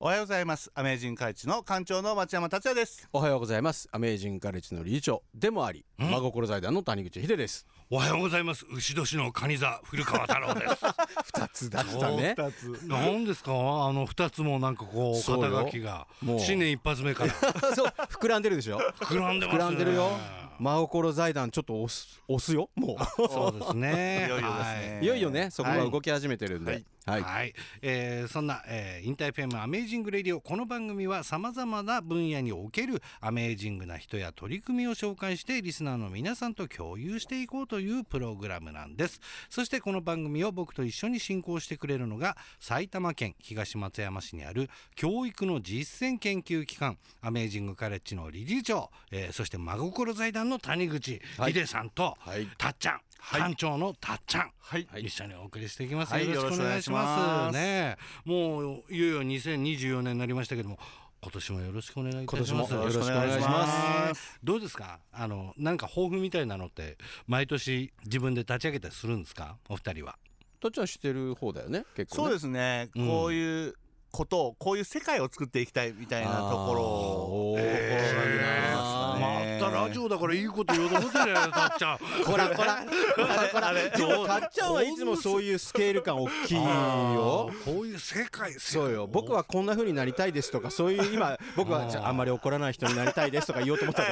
おはようございますアメージンカイチの館長の町山達也ですおはようございます。アメージンカレッジの理事長でもあり、真心財団の谷口秀です。おはようございます牛年の蟹座古川太 郎です二つ出したね。二つ何ですかあの二つもなんかこうそう肩よ書きがもう新年一発目からそう、膨らんでるでしょ。膨らんでま膨すねらんでるよ。真心財団ちょっと押す、押すよ。もそうですねいよいよですね う。いよいよね、そこがはい動き始めてるんで。ははい、い。はいえーそんな、えー、インターフェムアメージングレディオこの番組はさまざまな分野におけるアメージングな人や取り組みを紹介してリスナーの皆さんと共有していこうというプログラムなんですそしてこの番組を僕と一緒に進行してくれるのが埼玉県東松山市にある教育の実践研究機関アメージングカレッジの理事長、えーそして真心財団の谷口はい秀さんと、はいたっちゃん班長のたっちゃん、はい一緒にお送りしていきますはいよろしくお願いしよます。ろしくお願いしますねえ、もういよいよ2024年になりましたけども、今年もよろしくお願いいたしま今年す。もよろしくお願いしますす。どうですか、あの、なんか抱負みたいなのって、毎年自分で立ち上げたりするんですか、お二人は。どっちはしてる方だよね。結構ね。そうですね、うんこういうことをこういう世界を作っていきたいみたいなところをあーえーおーまねまたラジオだから、いいこと言おうと思ってたよ、たっちゃん。こらこらこらあれでもたっちゃんはいつもそういうスケール感大 きいよあーこういう世界。そうよ僕。はこんな風になりたいですとかそういう今僕はじゃああんまり怒らない人になりたいですとか言おうと思った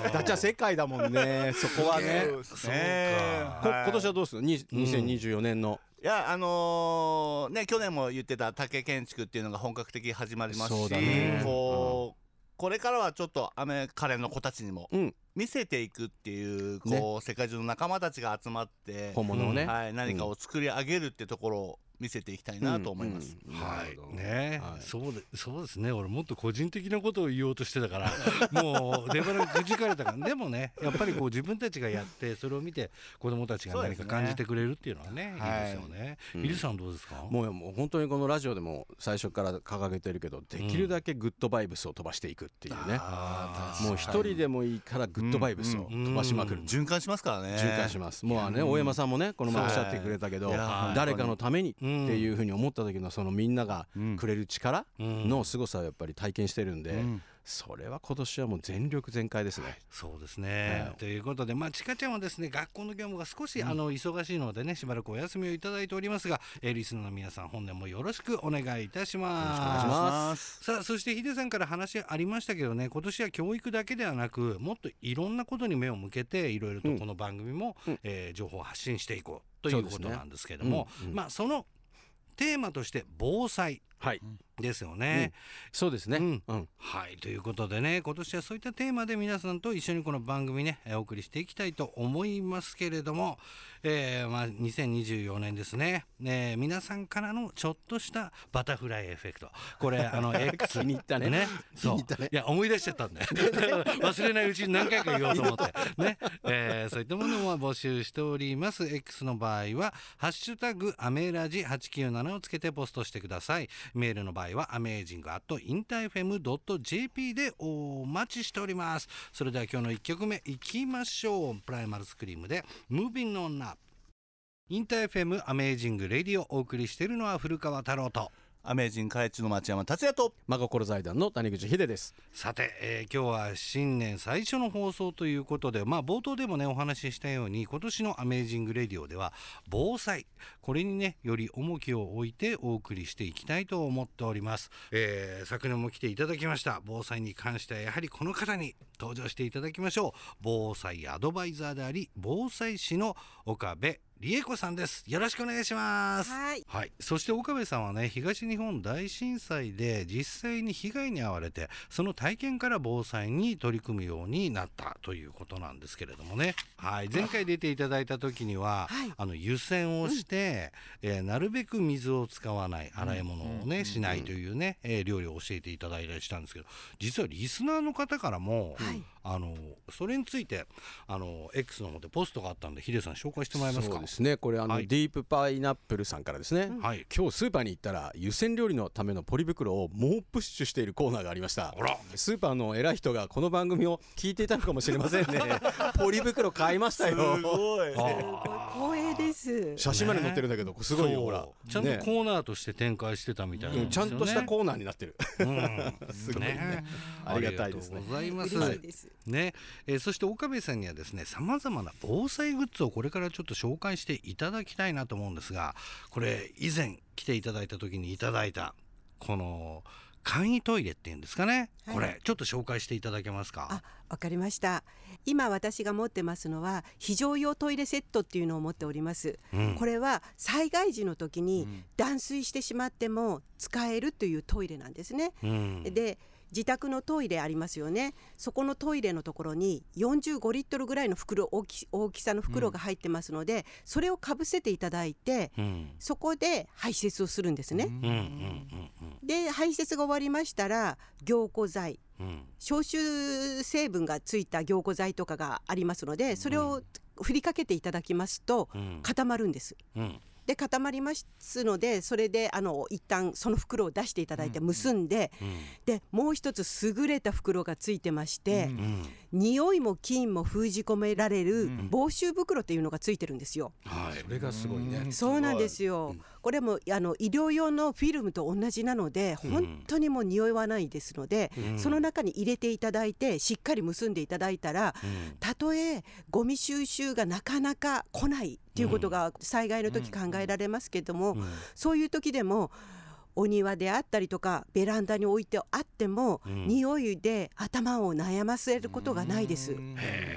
けどだっちゃん世界だもんねそこはねそうですねこはい今年はどうするに2024年の、いやあのーね去年も言ってた竹建築っていうのが本格的に始まりますそうし、だねこうこれからはちょっとアメカレンの子たちにもうん見せていくっていうこう、ね世界中の仲間たちが集まって、本物をね、はい、何かを作り上げるってところを見せていきたいなと思います。うんはいなるほどね、はいそうでそうですね俺もっと個人的なことを言おうとしてたから もう出腹くじかれたからでもねやっぱり こう自分たちがやってそれを見て子供たちがそうで何すかね感じてくれるっていうのはねはいいいですよね、うんビルさんどうですかもうもう本当にこのラジオでも最初から掲げてるけどできるだけグッドバイブスを飛ばしていくっていうね、あーもう一人でもいいからグッドバイブスを飛ばしまくる、うん循環しますからね。循環しますもうあのね、大山さんもねこの前おっしゃってくれたけど、はいいやー誰かのためにっていうふうに思った時のそのみんながうんくれる力うんの凄さをやっぱり体験してるんで、うんそれは今年はもう全力全開ですね。そうですね、はいということで、まあ、ちかちゃんはですね学校の業務が少し、あの忙しいのでねしばらくお休みをいただいておりますが、えーリスナーの皆さん本年もよろしくお願いいたします。よろしくお願いしますす。さあそしてヒデさんから話ありましたけどね今年は教育だけではなくもっといろんなことに目を向けていろいろとこの番組も、えー情報を発信していこうといそううでこすねとなんですけども、うんうんまあそのテーマとして防災はい、ですよね。そうですね、うんうんはいということでね今年はそういったテーマで皆さんと一緒にこの番組ねえーお送りしていきたいと思いますけれども、えーまあ、2024年ですねね皆さんからのちょっとしたバタフライエフェクトこれ あの X 気に入ったねそう気に入ったねいや思い出しちゃったんで 忘れないうちに何回か言おうと思ってね、えーそういったものも募集しております X の場合は「ハッシュタグアメラジ897」をつけてポストしてくださいメールの場合はアメージングアットインタ FM.jp でお待ちしておりますそれでは今日の1曲目いきましょうプライマルスクリームで「Moving on Up」インターフェムアメージングレディオをお送りしているのは古川太郎とアメージンカイチの町山達也と。真心財団の谷口秀です。さて、えー今日は新年最初の放送ということで、まあ、冒頭でもねお話ししたように今年の「アメージング・レディオ」では防災これにねより重きを置いてお送りしていきたいと思っております、えー昨年も来ていただきました防災に関してはやはりこの方に登場していただきましょう防災アドバイザーであり防災士の岡部理恵子さんですよろしくお願いしますはい。はい、そして岡部さんはね東日本大震災で実際に被害に遭われてその体験から防災に取り組むようになったということなんですけれどもね、はい、前回出ていただいた時には、はいあの湯煎をして、えーなるべく水を使わない洗い物をね、しないというね、えー料理を教えていただいたりしたんですけど実はリスナーの方からも、あのそれについてあの X の方でポストがあったんでヒデさん紹介してもらえますかそうでですねこれあの、はいディープパイナップルさんからですね、はい今日スーパーに行ったら湯煎料理のためのポリ袋を猛プッシュしているコーナーがありましたあらスーパーの偉い人がこの番組を聞いていたのかもしれません ねポリ袋買いましたよごいあ光栄です。写真まで載ってるんだけどすごいよそうほらちゃんとねコーナーとして展開してたみたいなうんちゃんとしたコーナーになってるーナ ーすごいねありがたいですねございます嬉しいです。ね、えーそして岡部さんにはですねさまざまな防災グッズをこれからちょっと紹介していただきたいなと思うんですがこれ以前来ていただいた時にいただいたこの簡易トイレっていうんですかね、はいこれちょっと紹介していただけますかあ、わかりました。今私が持ってますのは非常用トイレセットっていうのを持っております。うんこれは災害時の時に断水してしまっても使えるというトイレなんですね。うんで、自宅のトイレありますよね。そこのトイレのところに45リットルぐらいの袋大き大きさの袋が入ってますので、それをかぶせていただいて。うんそこで排泄をするんですね。うんうんうんで排泄が終わりましたら凝固剤うんうん消臭成分がついた凝固剤とかがありますのでそれを振りかけていただきますとうん固まるんです。うんで固まりますのでそれであの一旦その袋を出していただいて結んで、でもう一つ優れた袋がついてまして、うんうん匂いも菌も封じ込められる防臭袋っていうのがついてるんですよ。はいそれがすごいねそうなんですよ、これもあの医療用のフィルムと同じなので本当にもう匂いはないですので、うんその中に入れていただいてしっかり結んでいただいたら、うんたとえゴミ収集がなかなか来ないっていうことが災害の時考えられますけども、うんそういう時でもお庭であったりとかベランダに置いてあっても、ん匂いで頭を悩ませることがないです。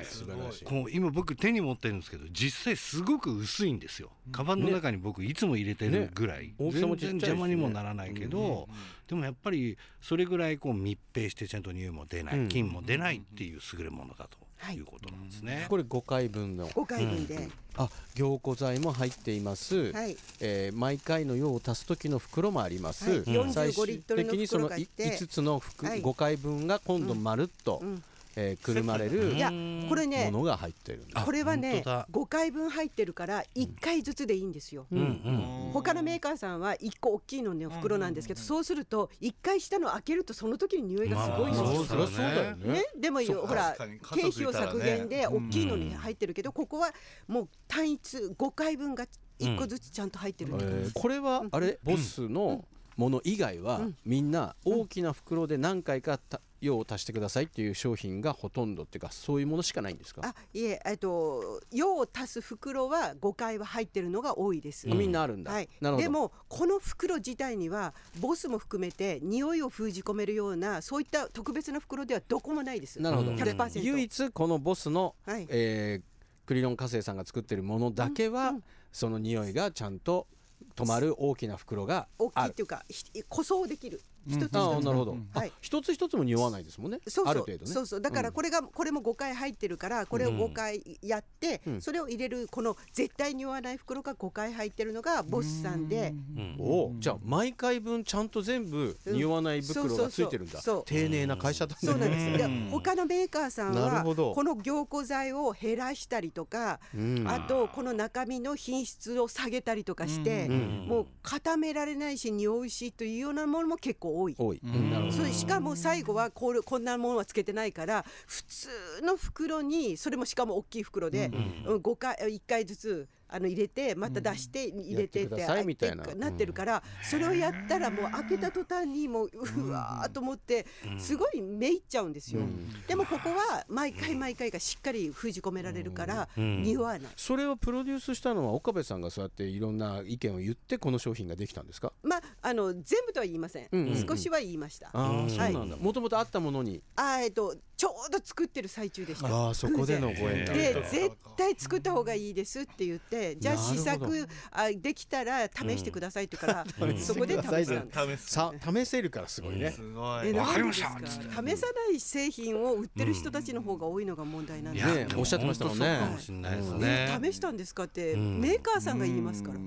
素晴らしいこう今僕手に持ってるんですけど実際すごく薄いんですよカバンの中に僕いつも入れてるぐらい、大き全さ然もちっちゃいしね邪魔にもならないけど、でもやっぱりそれぐらいこう密閉してちゃんと匂いも出ない、うん菌も出ないっていう優れものだとはいいうことなんですね。これ5回分の5回分で、あ凝固剤も入っています、はいえー毎回の用を足す時の袋もあります、はいうん45最終的にそリのットルの袋があっいて5つの服、はい5回分が今度まるっと、うんえーくるまれうるんいやこれねものが入ってるんだあこれは本ね当だ5回分入ってるから1回ずつでいいんですよ。うんうん他のメーカーさんは1個大きいのね袋なんですけど、そうすると1回下の開けるとその時に匂いがすごいんですまあよ。そうだねね、でもそうほら確かに家族経費いをたらね削減で大きいのに入ってるけど、ここはもう単一5回分が1個ずつちゃんと入ってるえってことーこれはあれ、ボスのもの以外は、みんな大きな袋で何回かた用を足してくださいっていう商品がほとんどっていうかそういうものしかないんですかあいええっと用を足す袋は5回は入ってるのが多いです。みんなあるんだ、はい、なるほどでもこの袋自体にはボスも含めて匂いを封じ込めるようなそういった特別な袋ではどこもないです。なるほど、うんで100%唯一このボスの、はいえークリロン火星さんが作ってるものだけは、その匂いがちゃんと止まる大きな袋が大きいあっるていうかひ個装できる一つ一つあーなるほど、はあい一つ一つも匂わないですもんねそうそうある程度ねそうそうだからこれが、これも5回入ってるからこれを5回やって、うんそれを入れるこの絶対に言わない袋が5回入ってるのがボスさんで、うんおうじゃあ毎回分ちゃんと全部匂わない袋がついてるんだ、うんそうそうそう丁寧な会社だねそうなんです、でうん他のメーカーさんなるはほどこの凝固剤を減らしたりとか、うんあとこの中身の品質を下げたりとかして、んもう固められないし匂うしというようなものも結構多い。多い、んなるほどそれしかも最後はこうこんなものはつけてないから普通の袋にそれもしかも大きい袋で、うん、5回1回ずつあの入れてまた出して入れてって,、やってくださいみたいなってなってるから、それをやったらもう開けた途端にもううわーと思ってすごいめいっちゃうんですよ、でもここは毎回毎回がしっかり封じ込められるからん匂わない。それをプロデュースしたのは岡部さんがそうやっていろんな意見を言ってこの商品ができたんですかまあ、あの全部とは言いません、うんうんうん少しは言いました。ああ、うんそうなんだもともとあったものにあーえっとちょうど作ってる最中でした。ああそこでのご縁だで絶対作った方がいいですって言ってじゃあなるほど試作あできたら試してくださいって言うから、そこで試したんです。試すさ試せるからすごいね、すごえいわかりましたなんでですか試さない製品を売ってる人たちの方が多いのが問題なんいでやす、ねでもおっしゃってましたもんね本当そうかもしれないですね。ね、試したんですかって、メーカーさんが言いますから、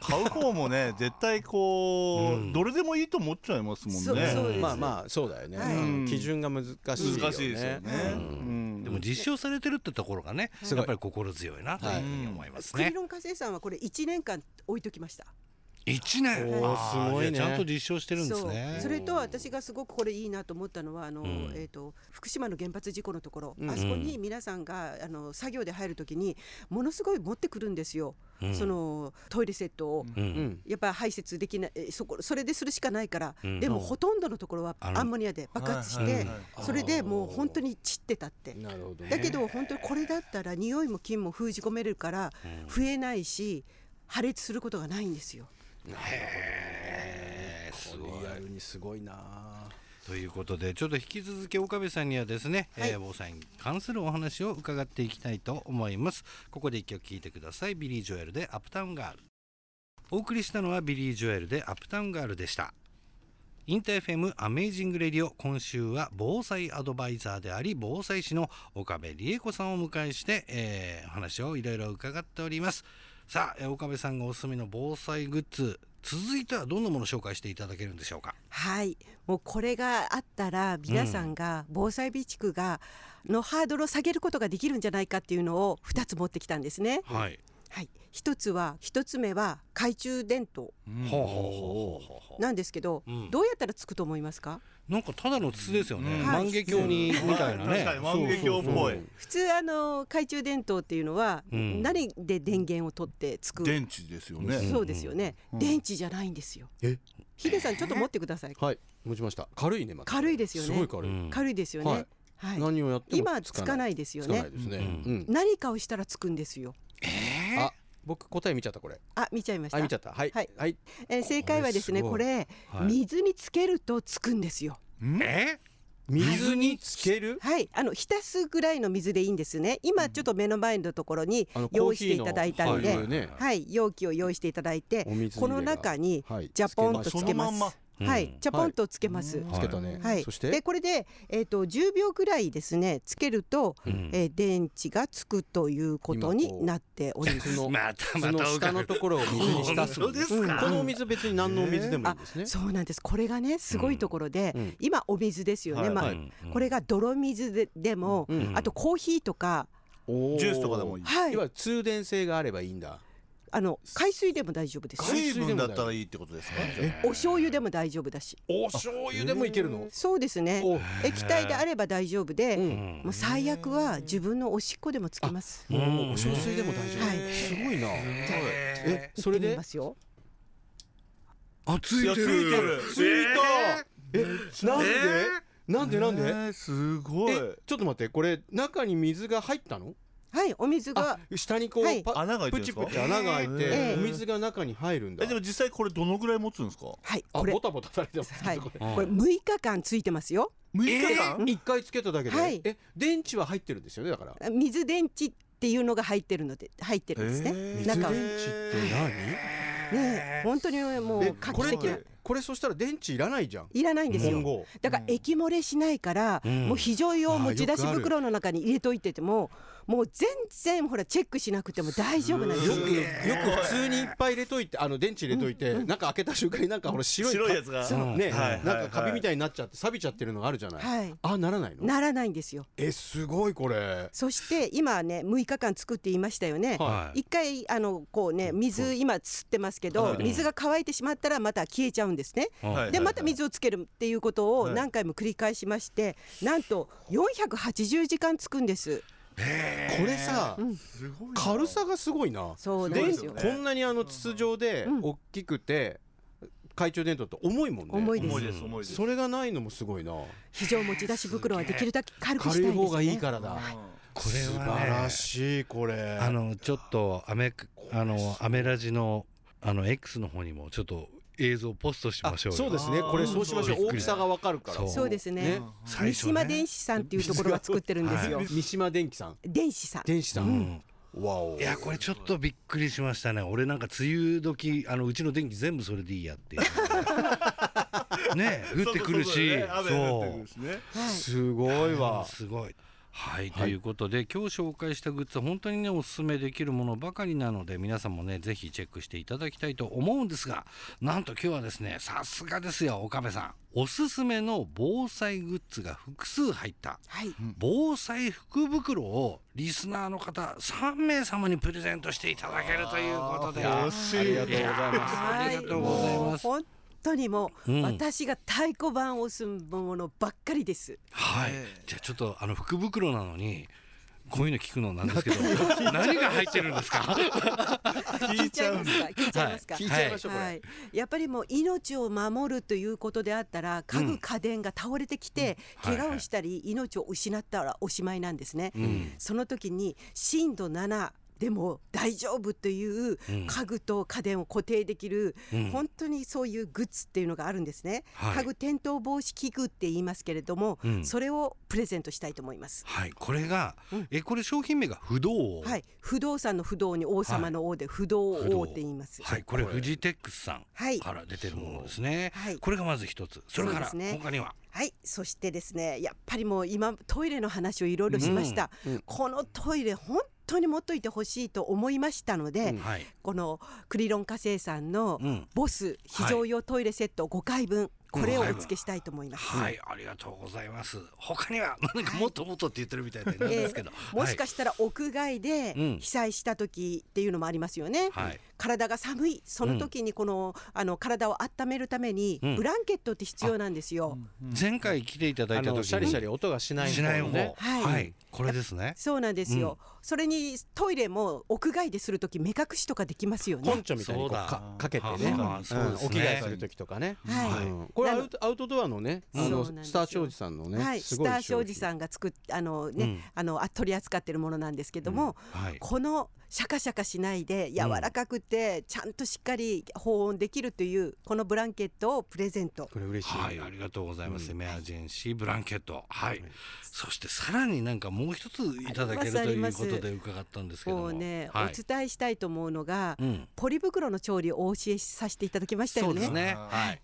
買う方もね絶対こうどれでもいいと思っちゃいますもんそうねそうですまあまあそうだよね、はいうん基準が難しいよね難しいですよねうんでも実証されてるってところがね、すごいやっぱり心強いなというふうに思いますクリね。ロン火星さんはこれ1年間置いときました一年おーあーすごいねじゃあちゃんと実証してるんですそうね。それと私がすごくこれいいなと思ったのはあの、んえー、と福島の原発事故のところ、うんあそこに皆さんがあの作業で入るときにものすごい持ってくるんですよ、うんそのトイレセットを。ううんんやっぱり排泄できないえそこそれでするしかないから、うんでもほとんどのところはあのアンモニアで爆発して、はいはいはいそれでもう本当に散ってたって。なるほどねだけど本当にこれだったら匂いも菌も封じ込めれるから増えないし破裂することがないんですよ。えーすごいリアルにすごいなということでちょっと引き続き岡部さんにはですね、はいえー防災に関するお話を伺っていきたいと思いますここで一曲聴いてくださいビリー・ジョエルでアップタウンガールお送りしたのはビリー・ジョエルでアップタウンガールでしたインターフェムアメージングレディオ今週は防災アドバイザーであり防災士の岡部理恵子さんをお迎えして、えーお話をいろいろ伺っておりますさあえー岡部さんがおすすめの防災グッズ続いてはどんなものを紹介していただけるんでしょうかはい、もうこれがあったら皆さんが防災備蓄がのハードルを下げることができるんじゃないかっていうのを2つ持ってきたんですね。はい、はい、一つは一つ目は懐中電灯ほうほうほうほうほうなんですけど、うんどうやったらつくと思いますか？なんかただの筒ですよね。うん万華鏡にみたいな確ね。かに万華鏡っぽい普通あの懐中電灯っていうのは、うん何で電源を取ってつく電池ですよねそうですよね、うん電池じゃないんですよえヒデさんちょっと持ってください、はい持ちました軽いねまた軽いですよすねごい軽ういん軽いですよね、はいはい何をやっても今つかないですよつかなねいですねううん何かをしたらつくんですよあ僕答え見ちゃったこれあ見ちゃいましたあ見ちゃったはいはいはいえー正解はですねここれれはい水につけるとつくんですよえ？水につけるはいあの浸すぐらいの水でいいんですね今ちょっと目の前のところにあのコー用意ヒしてーいのただいたんではいねはい、容器を用意していただいてお水入れがこの中にはいジャポンとつつけけまますそのまんす、まはういんジャポンとつけます、つけたねはい、そしてでこれで、えー、と10秒ぐらいですねつけると、んえー電池がつくというこ今とこにうなっておりま靴す。のまたまそのた下のところを水に浸す本当ですかうんこのお水別に何のお水でもいいあんですねそうなんですこれがねすごいところで、うん今お水ですよね、はいまあはいこれが泥水ででも、うんあとコーヒーとか、おジュースとかでもいいはいいわゆる通電性があればいいんだあの海水でも大丈夫ですよ水分だったらいいってことですかお醤油でも大丈夫だしお醤油でもいけるのそうですねお液体であれば大丈夫で、んもう最悪は自分のおしっこでもつけます。もうお小水でも大丈夫、はいすごいなえそれやってみでますよあついやついてるついたえなんで、えなんでなんで、ねすごいえちょっと待ってこれ中に水が入ったのはいお水があ下にこう、はいパ穴が開いてプるんでチすかプチ穴が開いて、ええお水が中に入るんだえでも実際これどのぐらい持つんですかはいあこれボタボタされてますけどはい、ここれれ6日間ついてますよ。 6日間一回つけただけで、はいえ電池は入ってるんですよねだから水電池っていうのが入ってるので、入ってるんですね。えー水電池中はっねて何え、本当にもえう画こ期れっ的なて。これそしたら電池いらないじゃんいらないんです今よ。後だから液漏れしないから、うんもう非常用あー持ち出しよくある袋の中に入れといてても、もう全然ほらチェックしなくても大丈夫なんですよよく。よく普通にいっぱい入れといてあの電池入れといて、なんか開けた瞬間になんかほら白い白いやつがそううんね、はいはいなんかカビみたいになっちゃって錆びちゃってるのがあるじゃない、はい。あならないのならないんですよ。えすごいこれそして今ね6日間作って言いましたよね。はい一回あのこうね水今吸ってますけどはい水が乾いてしまったらまた消えちゃうんですね。はいでまた水をつけるっていうことをはい何回も繰り返しましてなんと480時間つくんです。これさ、すごいな軽さがすごいなそうなん電で池すよ。こんなにあの筒状でうん大きくて、懐中電灯って重いもんね重いです重いです重いですそれがないのもすごいな非常持ち出し袋はできるだけ軽くしたい軽でいすね。方がいいからだ、こ素れは晴らねしいこれあのちょっとアメあのアメラジのあの X の方にもちょっと映像をポストしあましょうよそうですねこれそうしましょあーう大きさがわかるからそうそうですね。最初ね三島電子さんっていうところが作ってるんですよ。三島電機さん電子さん。電子さん、うんわおいやこれちょっとびっくりしましたね俺なんか梅雨時あのうちの電気全部それでいいやっていうね降ってくるしそうそうそうね雨降ってくるしねはい。すごいわすごいはい、ということで今日紹介したグッズは本当にねおすすめできるものばかりなので皆さんもねぜひチェックしていただきたいと思うんですがなんと今日はですねさすがですよ岡部さんおすすめの防災グッズが複数入ったはい、防災福袋をリスナーの方3名様にプレゼントしていただけるということであーありがとうございます。ありがとうございますもう本当にもう、うん私が太鼓判を押すものばっかりです。はいええじゃあちょっとあの福袋なのにこういうの聞くのなんですけど 何が入ってるんですか聞聞いちゃいますか。聞いちゃいますか。ははいい聞いちゃいましょうこれ。やっぱりもう命を守るということであったら家うん具家電が倒れてきて、うんはい怪我をしたり命を失ったらおしまいなんですね、うんその時に震度7でも大丈夫という うん家具と家電を固定できる、うん本当にそういうグッズっていうのがあるんですね、はい家具転倒防止器具って言いますけれども、うんそれをプレゼントしたいと思いますはい、これが、うんえ、これ商品名が不動王。はい、不動産の不動に王様の王で不動不動王って言いますはい、これフジテックスさんはいから出てるものですね。はいこれがまず一つ。それから、そうですね他には。はい、そしてですね、やっぱりもう今トイレの話をいろいろしました。うんうんこのトイレ本当に持っといてほしいと思いましたので、うんはい。このクリロン化成さんのうん。ボス非常用トイレセット5回分、これをお付けしたいと思います。はい、ありがとうございます。他には、なんかもっともっとって言ってるみ たいなんですけど。もしかしたら屋外でうん被災した時っていうのもありますよね、はい体が寒いその時にこの,、あの体を温めるためにうんブランケットって必要なんですよ、はい前回来ていただあいた時のに。シャリシャリ音がしないしない方、ね。はいはい。これですね。そうなんですよ、それにトイレも屋外でするとき目隠しとかできますよポねン。チョみたいにこうそうだかかけてあね。ーうんそうですねお着替えする時とかね。はいうんこれアなのウトアウトドアのね、あのそうなんですよスター庄司さんのはね、い、すスごいター商庄品司さんが作っあのね、うんあのあ取り扱ってるものなんですけども、はい。このシャカシャカしないで柔らかくてちゃんとしっかり保温できるというこのブランケットをプレゼント。これ嬉しい。はい、ありがとうございます。エメアジェンシーブランケット。はい。そしてさらになんかもう一ついただけるとありいまうすこありまとすで伺ったんですけどこも。うね、はいお伝えしたいと思うのが、うん。ポリ袋の調理をお教えさせていただきましたそようですね。ね。あはーい。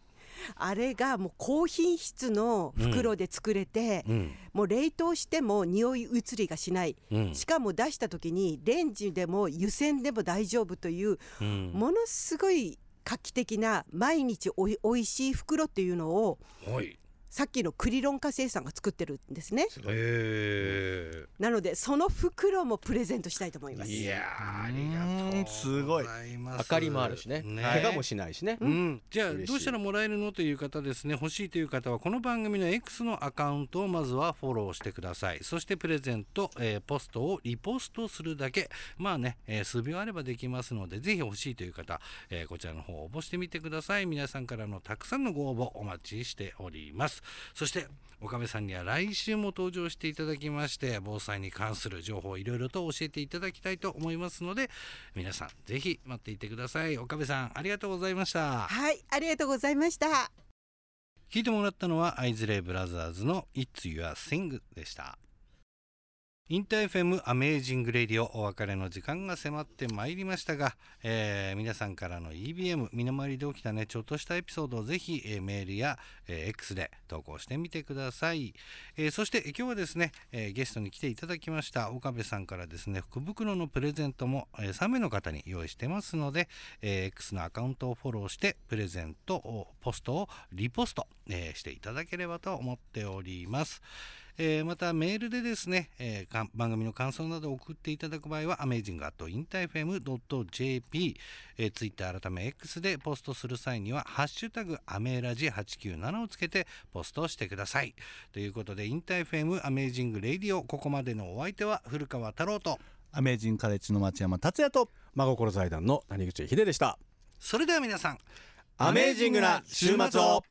あれがもう高品質の袋で作れて、うん。もう冷凍しても匂い移りがしない、うんしかも出した時にレンジでも湯煎でも大丈夫といううんものすごい画期的な毎日おいおいしい袋っていうのをはい。さっきのクリロン化成さんが作ってるんですねえなのでその袋もプレゼントしたいと思いまえすいやーあうりーんがとうすごいざいます明かりもあるしね、怪我もしないしね。うん、じゃあ嬉しいどうしたらもらえるのという方ですね欲しいという方はこの番組の X のアカウントをまずはフォローしてくださいそしてプレゼント、えーポストをリポストするだけまあね、えー数秒あればできますのでぜひ欲しいという方、えーこちらの方応募してみてください皆さんからのたくさんのご応募お待ちしておりますそして岡部さんには来週も登場していただきまして防災に関する情報をいろいろと教えていただきたいと思いますので皆さんぜひ待っていてください岡部さんありがとうございましたはいありがとうございました聞いてもらったのはアイズレイブラザーズの It's Your Thing でしたインター FM アメージングレディオお別れの時間が迫ってまいりましたが、えー皆さんからの EBM 身の回りで起きたねちょっとしたエピソードをぜひ、えーメールや、えー X で投稿してみてください、えーそしてえー今日はですね、えーゲストに来ていただきました岡部さんからですね福袋のプレゼントも、えー3名の方に用意してますので、えー X のアカウントをフォローしてプレゼントをポストをリポスト、えーしていただければと思っております。えーまたメールでですね、えーかん番組の感想などを送っていただく場合は amazing.interfm.jp、えー、Twitter 改め X でポストする際には「ハッシュタグアメラジ897」をつけてポストしてください。ということでインター FM アメージングレイディオここまでのお相手は古川太郎とアメージングカレッジの町山達也と真心財団の谷口秀でした。それでは皆さんアメージングな週末を